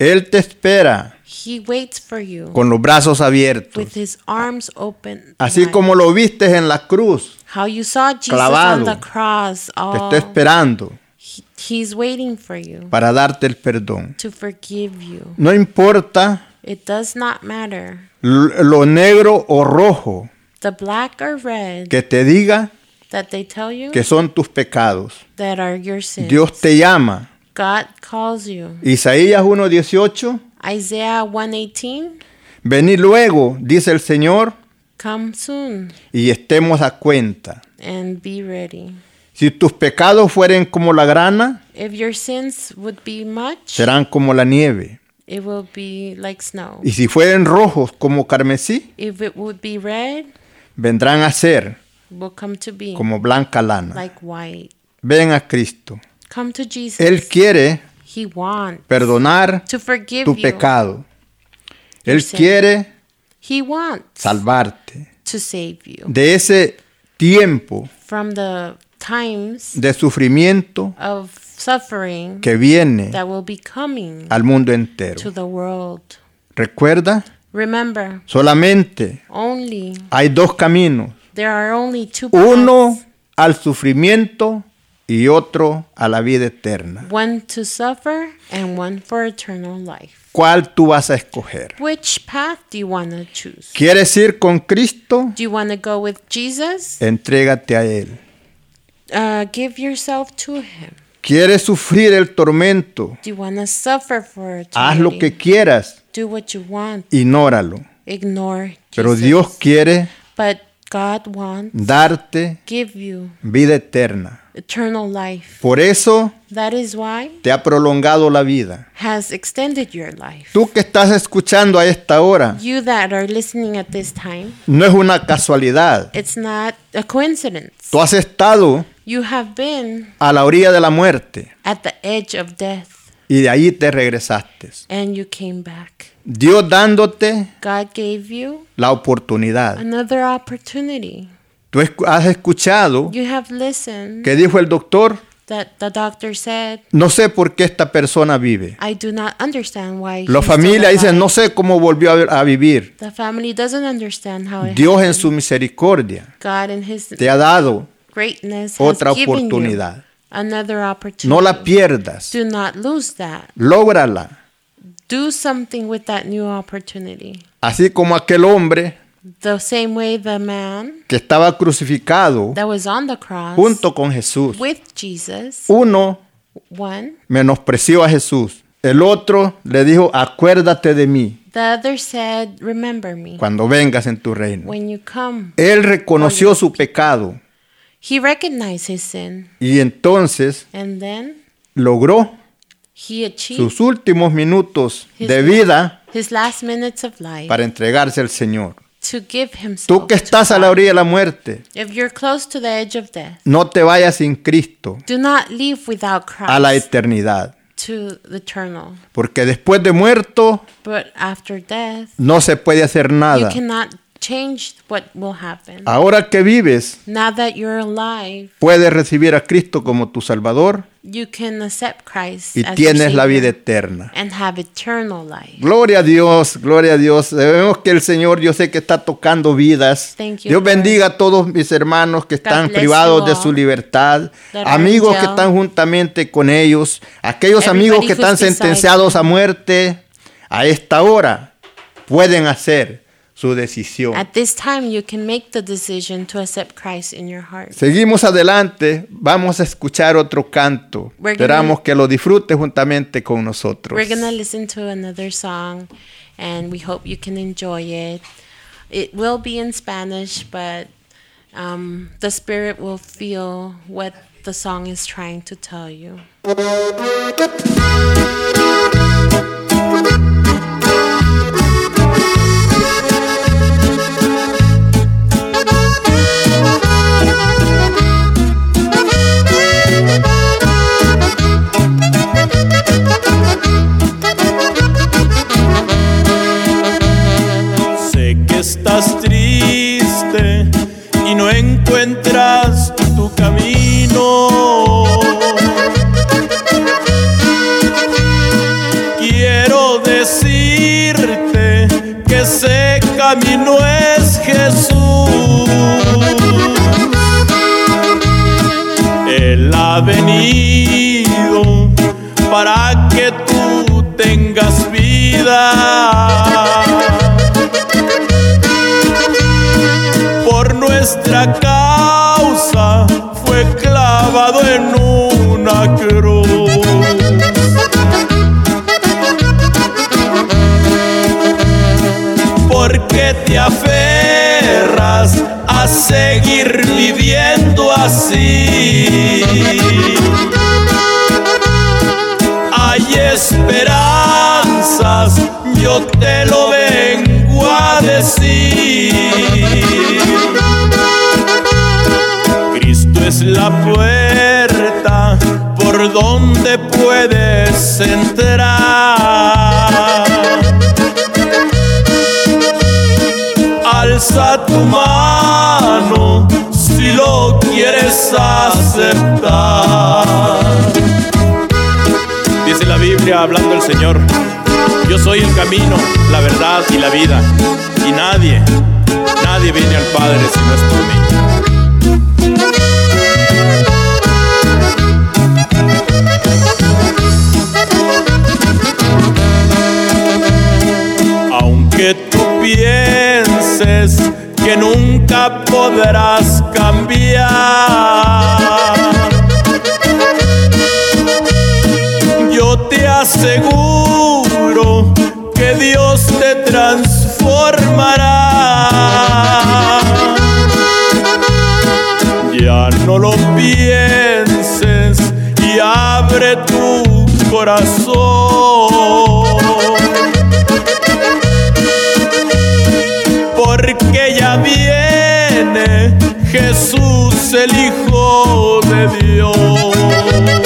S2: Él te espera
S3: He waits for you
S2: con los brazos abiertos,
S3: with his arms open.
S2: así
S3: wide.
S2: como lo viste en la cruz,
S3: How you saw Jesus on
S2: Clavado.
S3: the cross,
S2: te está
S3: all
S2: esperando
S3: he- he's waiting for you
S2: para darte el perdón.
S3: to forgive you.
S2: No importa
S3: It does not matter
S2: l- lo negro o rojo
S3: the black or red
S2: que te diga
S3: that they tell you
S2: que son tus pecados.
S3: that are your sins.
S2: Dios te llama.
S3: God calls you.
S2: Isaías 1:18,
S3: Isaiah 118,
S2: venid luego, dice el Señor,
S3: come soon
S2: y estemos a cuenta.
S3: and be ready.
S2: Si tus pecados fueren como la grana,
S3: If your sins would be much,
S2: serán como la nieve.
S3: it will be like snow.
S2: Y si fueren rojos como carmesí,
S3: If it would be red,
S2: vendrán a ser
S3: will come to be
S2: como blanca lana.
S3: like white.
S2: Ven a Cristo.
S3: Come to Jesus.
S2: Él quiere
S3: he wants
S2: perdonar
S3: to forgive
S2: tu
S3: you.
S2: pecado. Él quiere
S3: He wants
S2: salvarte
S3: to save you
S2: de ese tiempo
S3: from the times
S2: de sufrimiento
S3: of suffering
S2: que Ah, viene
S3: that will be coming
S2: al mundo
S3: to
S2: entero.
S3: the world.
S2: Recuerda,
S3: Remember,
S2: solamente
S3: only
S2: hay dos caminos,
S3: there are only two
S2: uno
S3: paths,
S2: al sufrimiento y otro a la vida eterna.
S3: one to suffer and one for eternal life.
S2: ¿Cuál tú vas a escoger?
S3: Which path do you want to choose?
S2: ¿Quieres ir con Cristo?
S3: Do you want to go with
S2: Eh.
S3: Jesus?
S2: Entrégate a Él.
S3: Uh, give yourself to Him.
S2: ¿Quieres sufrir el tormento?
S3: Do you want to suffer for
S2: Haz lo
S3: eternity?
S2: que quieras,
S3: Do what you want.
S2: ignóralo.
S3: Ignore
S2: Pero
S3: Jesus.
S2: Dios quiere
S3: But God wants
S2: darte
S3: give you
S2: vida eterna.
S3: eternal life.
S2: Por eso
S3: That is why
S2: te ha prolongado la vida.
S3: has extended your life.
S2: Tú que estás escuchando a esta hora,
S3: You that are listening at this time,
S2: no es una casualidad.
S3: it's not a coincidence.
S2: Tú has estado
S3: You have been
S2: a la orilla de la muerte
S3: at the edge of death
S2: y de ahí te regresaste.
S3: and you came back.
S2: Dios dándote
S3: God gave you
S2: la oportunidad.
S3: another opportunity.
S2: Tú escu- has escuchado
S3: You have listened
S2: que dijo el doctor,
S3: that the doctor said,
S2: no sé por qué esta persona vive.
S3: I do not understand why.
S2: La
S3: he's still
S2: familia dice,
S3: alive."
S2: no sé cómo volvió a a vivir.
S3: The family doesn't understand how it
S2: Dios en su misericordia
S3: God in His
S2: te ha dado
S3: greatness
S2: otra
S3: has given you
S2: oportunidad.
S3: another opportunity.
S2: No la pierdas.
S3: Do not lose that.
S2: Lógrala.
S3: Do something with that new opportunity.
S2: Así como aquel hombre
S3: The same way the man
S2: que estaba crucificado
S3: that was on the cross
S2: junto con Jesús.
S3: with Jesus,
S2: Uno
S3: one,
S2: menospreció a Jesús. El otro le dijo, acuérdate de mí
S3: the other said, Remember me
S2: cuando vengas en tu reino.
S3: when you come.
S2: Él reconoció su pecado
S3: He recognized his sin
S2: y entonces
S3: and then
S2: logró
S3: he achieved
S2: sus últimos minutos de vida
S3: his last minutes of life
S2: para entregarse al Señor.
S3: to give himself.
S2: Tú que
S3: to
S2: estás a la
S3: God.
S2: orilla de la muerte,
S3: If you're close to the edge of death,
S2: no te vayas sin Cristo
S3: do not leave without Christ
S2: a la eternidad,
S3: to the eternal.
S2: porque después de muerto
S3: But after death,
S2: no se puede hacer
S3: you
S2: nada. Ah.
S3: cannot changed what will happen.
S2: Ahora que vives,
S3: Now that you're alive,
S2: puedes recibir a Cristo como tu Salvador
S3: you can accept Christ
S2: y
S3: as your
S2: tienes la vida
S3: Savior
S2: eterna.
S3: and have eternal life.
S2: Gloria a Dios, gloria a Dios. Sabemos que el Señor, yo sé que está tocando vidas.
S3: Thank you,
S2: Dios
S3: Lord.
S2: bendiga a todos mis hermanos que están
S3: bless
S2: privados
S3: you
S2: de
S3: all.
S2: su libertad,
S3: That are
S2: amigos
S3: in
S2: que
S3: jail.
S2: están juntamente con ellos, aquellos
S3: Everybody
S2: amigos que
S3: who's
S2: están
S3: beside
S2: sentenciados a muerte. A esta hora pueden hacer su decisión.
S3: At this time, you can make the decision to accept Christ in your heart.
S2: Seguimos adelante, vamos a escuchar otro canto.
S3: We're gonna-
S2: Esperamos que lo disfrutes juntamente con nosotros.
S3: We're going to listen to another song and we hope you can enjoy it. It will be in Spanish, but um, the Spirit will feel what the song is trying to tell you.
S5: Sé que estás triste y no encuentras tu camino. Quiero decirte que ese camino es Jesús. Él ha venido para que tú tengas vida. Por nuestra causa fue clavado en una cruz. porque te aferras a seguir viviendo así. Hay esperanzas, yo te lo vengo a decir. Cristo es la puerta por donde puedes entrar. Alza tu mano si lo quieres aceptar. Dice la Biblia hablando el Señor, yo soy el camino, la verdad y la vida. Y nadie, nadie viene al Padre si no es por mí. Aunque tú pienses que nunca podrás cambiar, yo te aseguro que Dios te transformará. Ya no lo pienses y abre tu corazón. porque ya viene Jesús el Hijo de Dios.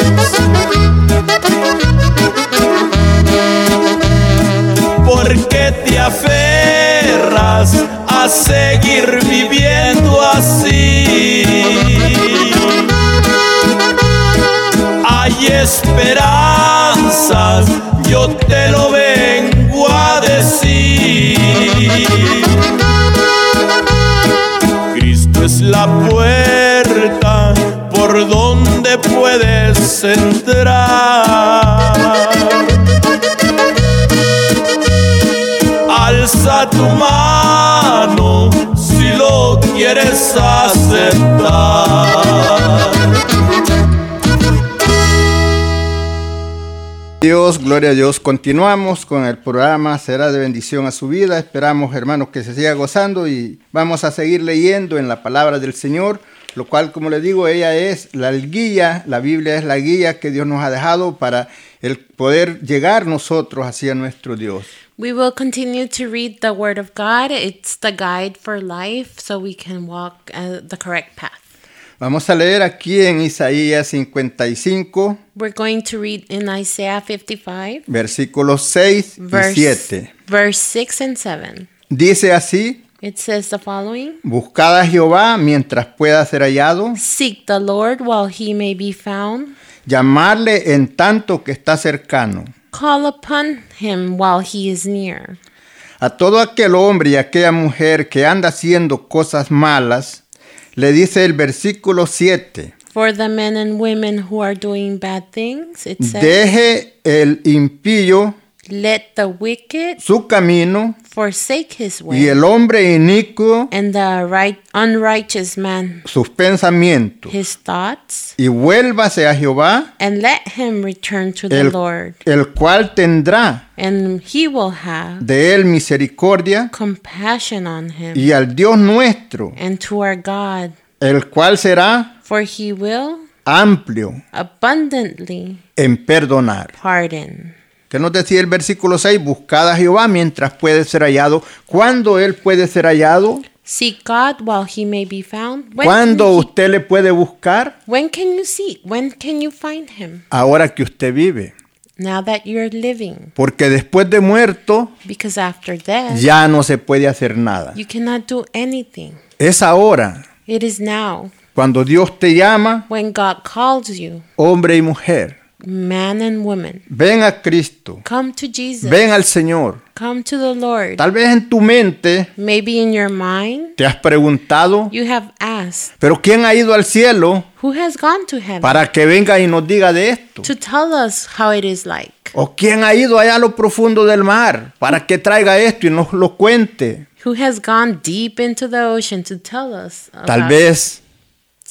S5: Porque te aferras a seguir viviendo así hay esperanzas, yo te lo vengo a decir. Cristo es la puerta por donde puedes entrar. Alza tu mano si lo quieres aceptar.
S2: Dios, gloria a Dios. Continuamos con el programa, será de bendición a su vida. Esperamos, hermanos, que se siga gozando y vamos a seguir leyendo en la palabra del Señor, lo cual, como le digo, ella es la guía, la Biblia es la guía que Dios nos ha dejado para el poder llegar nosotros hacia nuestro Dios.
S3: We will continue to read the Word of God. It's the guide for life so we can walk uh, the correct path.
S2: Vamos a leer aquí en Isaías 55,
S3: We're going to read in Isaiah 55,
S2: versículos 6 y
S3: verse,
S2: 7.
S3: verse 6 and 7.
S2: Dice así,
S3: It says the following
S2: Buscad a Jehová mientras pueda ser hallado,
S3: Seek the Lord while he may be found,
S2: llamarle en tanto que está cercano.
S3: call upon him while he is near.
S2: A todo aquel hombre y aquella mujer que anda haciendo cosas malas, le dice el versículo 7,
S3: For the men and women who are doing bad things, it says,
S2: deje el impío
S3: Let the wicked
S2: su camino
S3: forsake his
S2: y
S3: way,
S2: el hombre inicuo
S3: and the right, unrighteous man
S2: sus pensamientos,
S3: his thoughts,
S2: y vuélvase a Jehová,
S3: and let him return to the
S2: el,
S3: Lord,
S2: el cual tendrá
S3: and he will have
S2: de él misericordia,
S3: compassion on him,
S2: y al Dios nuestro,
S3: and to our God,
S2: el cual será
S3: for he will
S2: amplio
S3: abundantly
S2: en perdonar.
S3: pardon.
S2: ¿Qué nos decía el versículo 6? Buscad a Jehová mientras puede ser hallado. ¿Cuándo él puede ser hallado?
S3: Seek God while he may be found. When can,
S2: ¿Cuándo
S3: he-
S2: usted le puede buscar?
S3: when can you seek? When can you find him?
S2: Ahora que usted vive.
S3: Now that you're living.
S2: Porque después de muerto
S3: Because after death,
S2: ya no se puede hacer nada.
S3: you cannot do anything.
S2: Es ahora,
S3: It is now
S2: cuando Dios te llama,
S3: when God calls you,
S2: hombre y mujer.
S3: man and woman.
S2: Ven a Cristo.
S3: Come to Jesus.
S2: Ven al Señor.
S3: Come to the Lord.
S2: Tal vez en tu mente
S3: Maybe in your mind,
S2: te has preguntado,
S3: you have asked,
S2: pero ¿quién ha ido al cielo
S3: Who has gone to heaven?
S2: para que venga y nos diga de esto?
S3: to tell us how it is like.
S2: ¿O quién ha ido allá a lo profundo del mar para que traiga esto y nos lo cuente?
S3: Who has gone deep into the ocean to tell us?
S2: Tal
S3: about-
S2: vez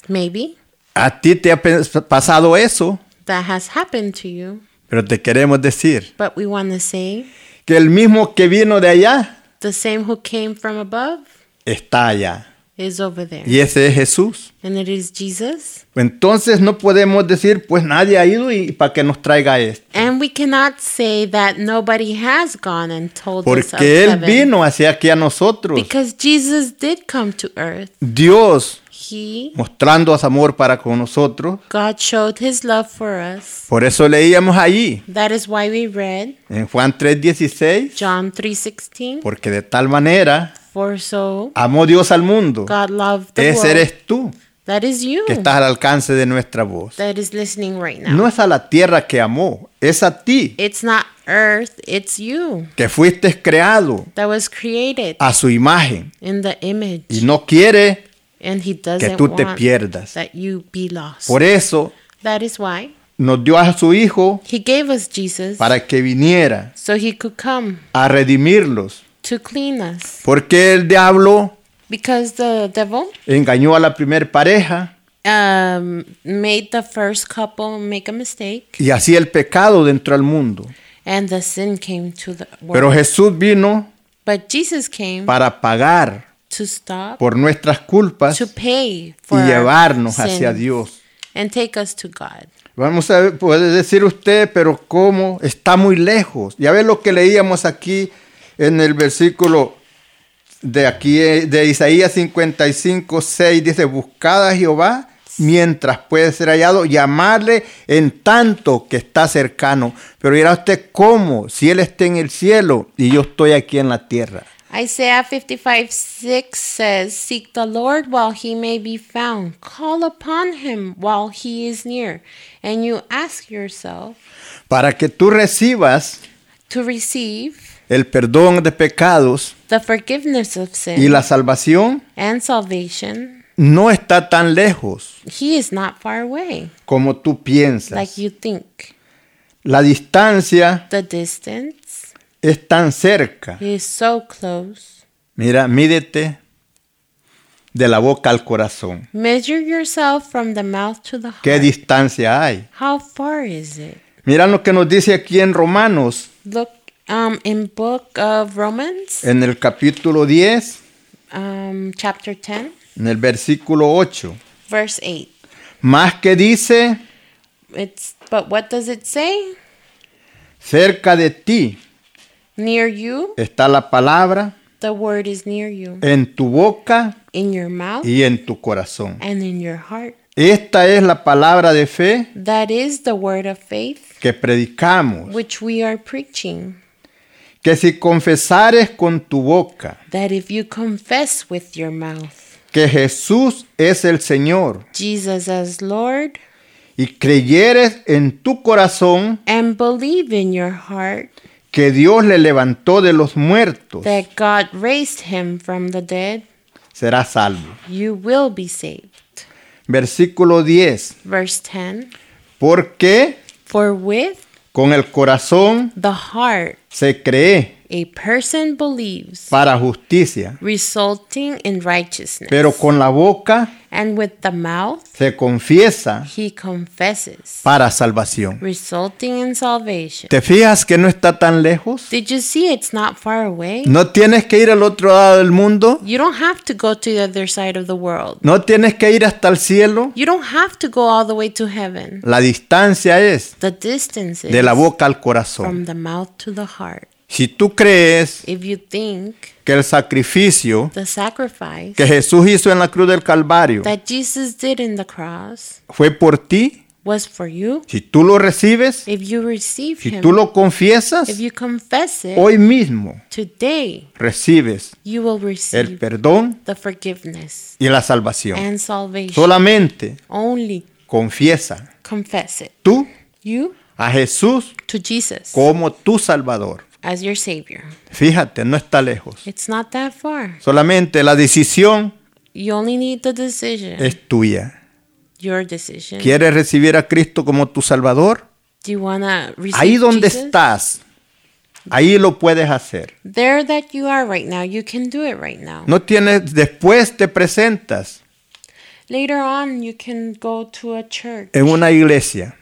S3: Maybe
S2: a ti te ha pe- pasado eso,
S3: that has happened to you,
S2: pero te queremos decir
S3: but we want to say
S2: que el mismo que vino de allá
S3: the same who came from above
S2: está allá.
S3: is over there.
S2: Y ese es Jesús.
S3: And it is Jesus.
S2: Entonces no podemos decir, pues nadie ha ido y para que nos traiga esto.
S3: And we cannot say that nobody has gone and told us of
S2: Porque Él
S3: heaven.
S2: vino hacia aquí a nosotros.
S3: Because Jesus did come to earth.
S2: Dios
S3: He,
S2: mostrando su amor para con nosotros.
S3: God showed his love for us.
S2: Por eso leíamos allí,
S3: That is why we read
S2: en Juan 3:16,
S3: John 3:16.
S2: porque de tal manera
S3: For so
S2: amó Dios al mundo.
S3: God loved the
S2: Ese
S3: world.
S2: eres tú
S3: that is you
S2: que estás al alcance de nuestra voz.
S3: that is listening right now.
S2: No es a la tierra que amó, es a ti
S3: It's not earth, it's you
S2: que fuiste creado
S3: that was created
S2: a su imagen
S3: in the image.
S2: Ah. y no quiere
S3: and he
S2: que
S3: doesn't
S2: tú te
S3: want
S2: pierdas.
S3: that you be lost.
S2: Por e- eso
S3: that is why
S2: nos dio a su Hijo
S3: he gave us Jesus
S2: para que viniera
S3: so he could come
S2: a redimirlos.
S3: to clean us.
S2: Porque el diablo
S3: Because the devil
S2: engañó a la primer pareja
S3: um, made the first couple make a mistake
S2: y así el pecado dentro del mundo.
S3: and the sin came to the
S2: Pero
S3: world.
S2: Jesús vino
S3: but Jesus came
S2: para pagar
S3: to stop,
S2: por nuestras culpas
S3: to pay
S2: y
S3: for our
S2: llevarnos
S3: sin
S2: hacia Dios.
S3: and take us to God.
S2: Vamos a ver, puede decir usted, pero ¿cómo? Está muy lejos. Ya ve lo que leíamos aquí en el versículo de aquí, eh, de Isaías 55, 6, dice, buscad a Jehová mientras puede ser hallado, llamarle en tanto que está cercano. Pero dirá usted, ¿cómo? Si Él está en el cielo y yo estoy aquí en la tierra.
S3: Isaiah 55 6 says, Seek the Lord while he may be found, call upon him while he is near. And you ask yourself
S2: Para que tú recibas
S3: to receive
S2: el perdón de pecados
S3: the forgiveness of
S2: y
S3: sin
S2: la salvación,
S3: and salvation.
S2: no está tan lejos.
S3: He is not far away,
S2: como tú piensas.
S3: like you think.
S2: La distancia
S3: The distance
S2: es tan cerca.
S3: is so close.
S2: Mira, mídete de la boca al corazón.
S3: Measure yourself from the mouth to the
S2: ¿Qué
S3: heart.
S2: distancia hay?
S3: How far is it?
S2: Mira lo que nos dice aquí en Romanos,
S3: Look um, in book of Romans,
S2: en el capítulo 10,
S3: um, chapter 10.
S2: en el versículo 8.
S3: verse 8
S2: Más que dice,
S3: it's but what does it say
S2: cerca de ti
S3: near you
S2: está la palabra,
S3: the word is near you
S2: en tu boca
S3: in your mouth
S2: y en tu corazón.
S3: and in your heart
S2: Esta es la palabra de fe
S3: that is the word of faith
S2: que predicamos,
S3: which we are preaching
S2: que si confesares con tu boca
S3: that if you confess with your mouth
S2: que Jesús es el Señor
S3: Jesus as Lord
S2: y creyeres en tu corazón
S3: and believe in your heart
S2: que Dios le levantó de los muertos,
S3: that God raised him from the dead,
S2: serás salvo.
S3: you will be saved.
S2: Versículo 10.
S3: Verse 10
S2: Porque
S3: For with
S2: con el corazón
S3: the heart
S2: se cree
S3: a person believes,
S2: para justicia,
S3: resulting in righteousness,
S2: pero con la boca
S3: and with the mouth
S2: se confiesa
S3: he confesses,
S2: para salvación.
S3: resulting in salvation.
S2: ¿Te fijas que no está tan lejos?
S3: Did you see it's not far away?
S2: No tienes que ir al otro lado del mundo.
S3: You don't have to go to the other side of the world.
S2: No tienes que ir hasta el cielo.
S3: You don't have to go all the way to heaven.
S2: La distancia es
S3: The distance is
S2: de la boca al corazón.
S3: from the mouth to the heart.
S2: Si tú crees
S3: If you think
S2: que el sacrificio
S3: the sacrifice
S2: que Jesús hizo en la cruz del Calvario
S3: that Jesus did in the cross
S2: fue por ti,
S3: was for you,
S2: si tú lo recibes,
S3: if you receive
S2: si
S3: him,
S2: tú lo confiesas,
S3: if you confess it
S2: hoy mismo
S3: today,
S2: recibes
S3: you will
S2: el
S3: receive
S2: perdón
S3: the forgiveness
S2: y la salvación.
S3: and salvation.
S2: Solamente
S3: Only
S2: confiesa
S3: confess it.
S2: tú
S3: You
S2: a Jesús
S3: to Jesus
S2: como tu Salvador.
S3: as your Savior.
S2: Fíjate, no está lejos.
S3: It's not that far.
S2: Solamente la decisión
S3: You only need the decision.
S2: es tuya.
S3: your decision.
S2: ¿Quieres recibir a Cristo como tu Salvador?
S3: Do you wanna receive
S2: Ahí donde
S3: Jesus?
S2: estás, ahí lo puedes hacer.
S3: There that you are right now, you can do it right now.
S2: No tienes, después te presentas
S3: Later on, you can go to a church
S2: en una iglesia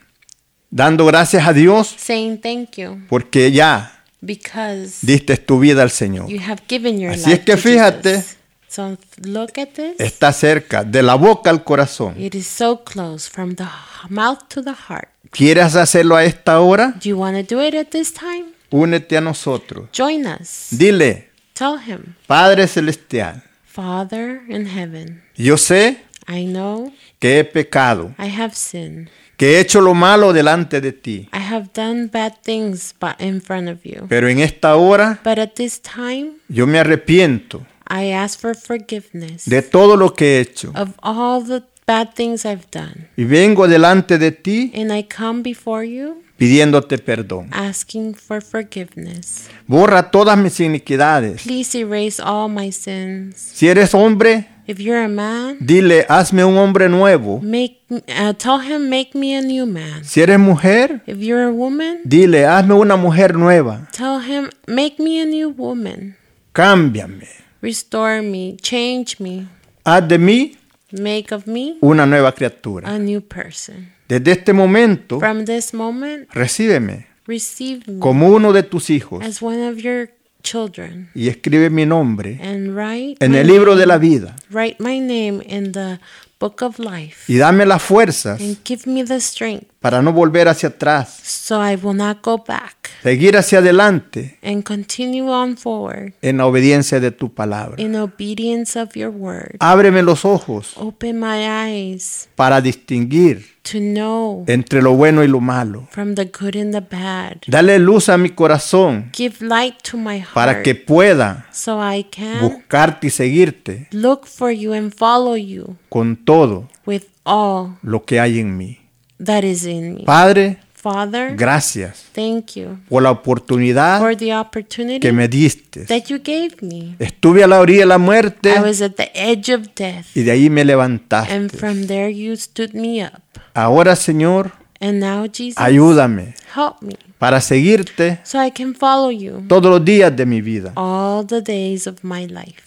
S2: dando gracias a Dios
S3: saying thank you
S2: porque ya
S3: because
S2: diste tu vida al Señor.
S3: you have given your
S2: Así
S3: life
S2: es que
S3: to
S2: fíjate.
S3: Jesus. So look at this.
S2: Está cerca, de la boca al corazón.
S3: It is so close from the h- mouth to the heart.
S2: ¿Quieres hacerlo a esta hora?
S3: Do you want to do it at this time?
S2: Únete a nosotros.
S3: Join us.
S2: Dile,
S3: Tell him,
S2: Padre Celestial,
S3: Father in heaven,
S2: yo sé
S3: I know
S2: que he pecado,
S3: I have sinned.
S2: que he hecho lo malo delante de ti,
S3: I have done bad things but in front of you.
S2: pero en esta hora
S3: But at this time,
S2: yo me arrepiento
S3: I ask for forgiveness
S2: de todo lo que he hecho
S3: of all the bad things I've done.
S2: y vengo delante de ti
S3: And I come before you
S2: pidiéndote perdón.
S3: asking for forgiveness.
S2: Borra todas mis iniquidades.
S3: Please erase all my sins.
S2: Si eres hombre,
S3: If you're a man,
S2: dile, hazme un hombre nuevo.
S3: make uh, tell him make me a new man.
S2: Si eres mujer,
S3: If you're a woman,
S2: dile, hazme una mujer nueva.
S3: tell him make me a new woman.
S2: Cámbiame.
S3: Restore me, change me,
S2: Haz de mí
S3: make of me
S2: una nueva criatura.
S3: a new person.
S2: Desde este momento,
S3: From this moment,
S2: recíbeme
S3: receive me
S2: como uno de tus hijos
S3: as one of your children
S2: y escribe mi nombre
S3: and write
S2: en
S3: my
S2: el libro
S3: name-
S2: de la vida
S3: write my name in the book of life
S2: y dame las fuerzas
S3: and give me the strength
S2: para no volver hacia atrás,
S3: so I will not go back
S2: seguir hacia adelante
S3: and continue on forward
S2: en la obediencia de tu palabra.
S3: in obedience of your word.
S2: Ábreme los ojos
S3: Open my eyes
S2: para distinguir
S3: to know
S2: entre lo bueno y lo malo.
S3: from the good and the bad.
S2: Dale luz a mi corazón
S3: Give light to my
S2: para
S3: heart
S2: que pueda
S3: so I can
S2: buscarte y seguirte
S3: look for you and follow you
S2: con todo
S3: with all
S2: lo que hay en mí.
S3: that is in me.
S2: Padre,
S3: Father,
S2: gracias
S3: thank you
S2: por la oportunidad
S3: for the
S2: que
S3: opportunity
S2: me diste.
S3: that you gave me.
S2: Estuve a la orilla de la muerte
S3: I was at the edge of death,
S2: y de ahí me
S3: and
S2: levantaste.
S3: from there you stood me up.
S2: Ahora, Señor,
S3: And now, Jesus,
S2: ayúdame
S3: help me
S2: para seguirte
S3: so I can follow you
S2: todos los días de mi vida.
S3: all the days of my life.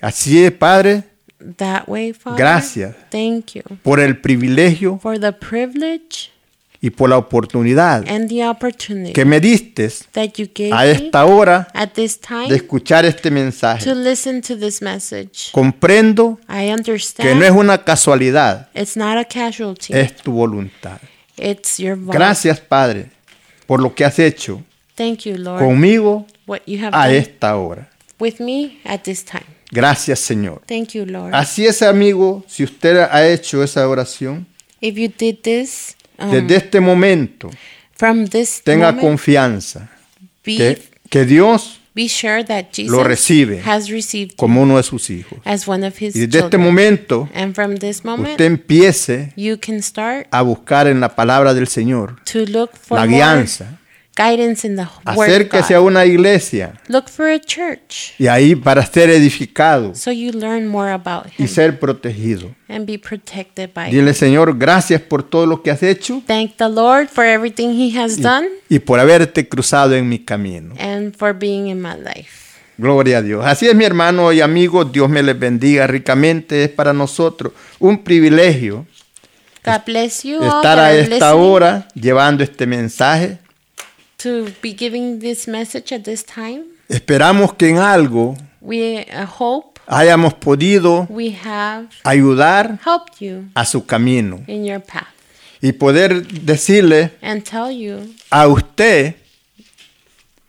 S2: Así es, Padre,
S3: That way, Father.
S2: Gracias.
S3: Thank you
S2: por el privilegio
S3: for the privilege
S2: y por la oportunidad
S3: and the
S2: que
S3: opportunity
S2: me diste
S3: that you gave
S2: a
S3: me
S2: esta hora
S3: at this
S2: de
S3: time
S2: escuchar este
S3: to
S2: mensaje.
S3: listen to this message.
S2: Comprendo
S3: I
S2: que no es
S3: understand
S2: una casualidad,
S3: it's not a casualty.
S2: es tu voluntad.
S3: It's your voice.
S2: Gracias, Padre, por lo que has hecho
S3: Thank you, Lord.
S2: conmigo
S3: what you have
S2: a
S3: done
S2: esta hora.
S3: with me at this time.
S2: Gracias, Señor.
S3: Thank you, Lord.
S2: Así es, amigo, si usted ha hecho esa oración,
S3: If you did this um,
S2: desde este momento
S3: from this
S2: tenga
S3: moment,
S2: confianza
S3: be
S2: que que Dios
S3: Be sure that
S2: Lo
S3: Jesus
S2: recibe.
S3: has received you
S2: como uno de sus hijos.
S3: as one of his
S2: Y desde este
S3: children.
S2: momento
S3: And from this moment,
S2: usted empiece
S3: you can start
S2: a buscar en la palabra del Señor.
S3: to look for
S2: La
S3: more
S2: guianza.
S3: guidance in the Word of
S2: Acérquese a
S3: God.
S2: una iglesia
S3: Look for a church
S2: y ahí para ser edificado
S3: so you learn more about
S2: y
S3: Him
S2: ser protegido.
S3: and be protected by Him.
S2: Dile, Señor, gracias por todo lo que has hecho
S3: Thank the Lord for everything He has done
S2: y por haberte cruzado en mi camino.
S3: and for being in my life.
S2: Gloria a Dios. Así es, mi hermano y amigo. Dios me les bendiga ricamente. Es para nosotros un privilegio
S3: God bless you all
S2: estar a
S3: that are
S2: esta
S3: listening
S2: hora llevando este mensaje.
S3: to be giving this message at this time.
S2: Esperamos que en algo
S3: We uh, hope
S2: hayamos podido
S3: we have
S2: ayudar
S3: helped you
S2: a su camino
S3: in your path
S2: y poder decirle
S3: and tell you
S2: a usted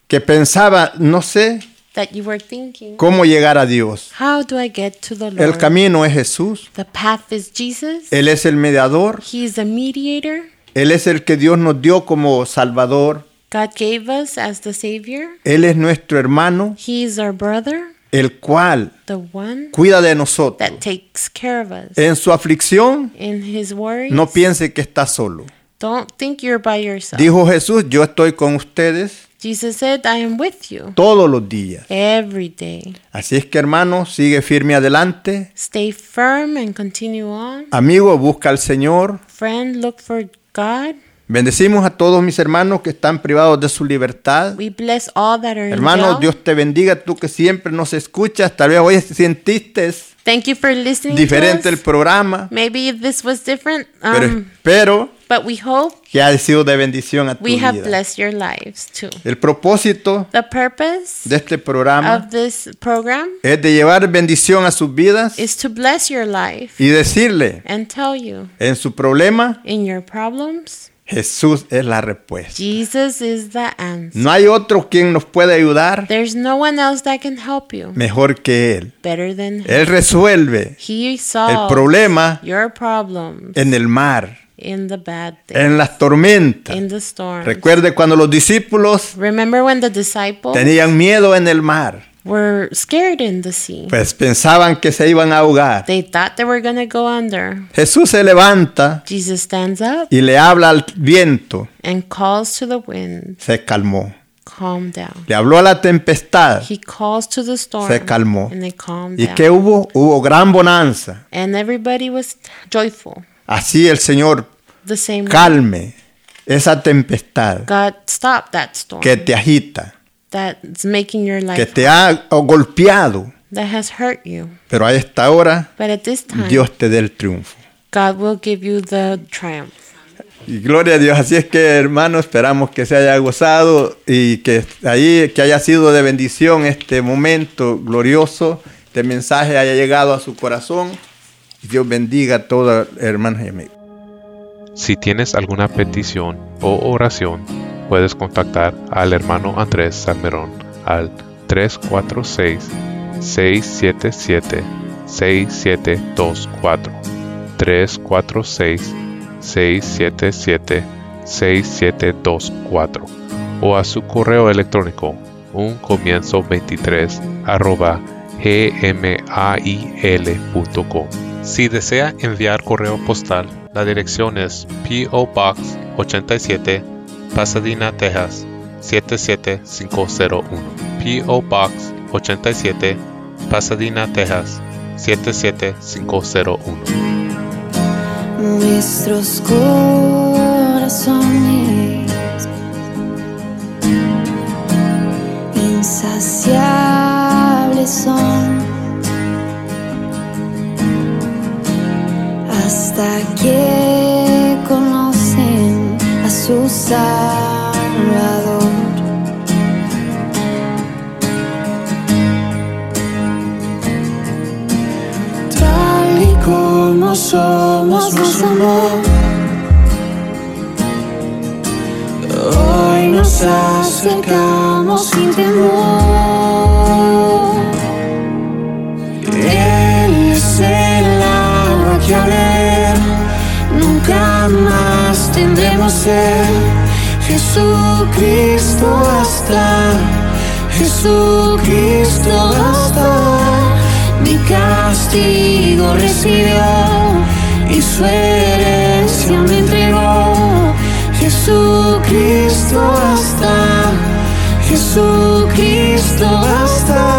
S2: que pensaba, no sé
S3: that you were thinking,
S2: cómo llegar a Dios.
S3: How do I get to the
S2: El
S3: Lord?
S2: camino es Jesús.
S3: the path is Jesus.
S2: Él es el mediador.
S3: He is a mediator.
S2: Él es el que Dios nos dio como Salvador.
S3: God gave us as the Savior.
S2: Él es nuestro hermano,
S3: He is our brother,
S2: el cual
S3: the one
S2: cuida de
S3: that
S2: nosotros.
S3: takes care of us.
S2: En su aflicción,
S3: In His worries,
S2: no piense que está solo.
S3: don't think you're by yourself.
S2: Dijo Jesús, yo estoy con ustedes
S3: Jesus said, I am with you
S2: todos los días.
S3: every day.
S2: Así es que hermano, sigue firme adelante.
S3: Stay firm and continue on.
S2: Amigo, busca al Señor.
S3: Friend, look for God.
S2: Bendecimos a todos mis hermanos que están privados de su libertad.
S3: We bless all that are in
S2: Hermano,
S3: jail.
S2: Dios te bendiga, tú que siempre nos escuchas. Tal vez hoy sentiste
S3: Thank you for listening
S2: diferente
S3: to
S2: el
S3: us.
S2: programa,
S3: Maybe this was different,
S2: pero
S3: um,
S2: espero
S3: but we hope
S2: que haya sido de bendición a tu
S3: we have
S2: vida.
S3: blessed your lives too.
S2: El propósito
S3: The purpose
S2: de este programa
S3: of this program
S2: es de llevar bendición a sus vidas
S3: is to bless your life
S2: y decirle
S3: and tell you
S2: en su problema,
S3: in your problems,
S2: Jesús es la respuesta.
S3: Jesus is the answer.
S2: No hay otro quien nos pueda ayudar
S3: There's no one else that can help you
S2: mejor que Él.
S3: better than him.
S2: Él resuelve
S3: He
S2: Eh. el
S3: solves
S2: problema Eh.
S3: your problems
S2: en el mar,
S3: in the bad things,
S2: en las tormentas.
S3: in the storm.
S2: Recuerde cuando los discípulos
S3: Remember when the disciples
S2: tenían miedo en el mar,
S3: were scared in the sea?
S2: pues pensaban que se iban a ahogar.
S3: They thought they were going to go under.
S2: Jesús se levanta
S3: Jesus stands up
S2: y le habla al viento,
S3: and calls to the wind,
S2: se calmó.
S3: calm down.
S2: Le habló a la tempestad,
S3: He calls to the storm
S2: se calmó.
S3: and it calmed
S2: ¿Y
S3: down.
S2: qué hubo? Hubo gran bonanza.
S3: and everybody was joyful.
S2: Así el Señor
S3: The same way
S2: calme esa tempestad
S3: God stopped that storm
S2: que te agita,
S3: that's making your
S2: que
S3: life
S2: te ha golpeado.
S3: that has hurt you.
S2: Pero a esta hora
S3: But at this time,
S2: Dios te dé el triunfo.
S3: God will give you the triumph.
S2: Y gloria a Dios. Así es que, hermano, esperamos que se haya gozado y que ahí que haya sido de bendición este momento glorioso. Este mensaje haya llegado a su corazón. Dios bendiga a todos, hermanos y amigos.
S6: Si tienes alguna petición o oración, puedes contactar al hermano Andrés Salmerón al 346-677-6724. 346-677-6724. O a su correo electrónico uncomienzo23 arroba gmail.com. Si desea enviar correo postal, la dirección es P.O. Box 87, Pasadena, Texas 77501. P.O. Box 87, Pasadena, Texas 77501.
S7: nuestros corazones insaciables son hasta que conocen a su Salvador. Tal y como somos nos amó. Hoy nos acercamos sin temor. Él es el agua que a ver, nunca más tendremos ser. Jesucristo hasta Jesucristo bastó, mi castigo recibió y su herencia me entregó. Jesucristo basta, Jesucristo basta.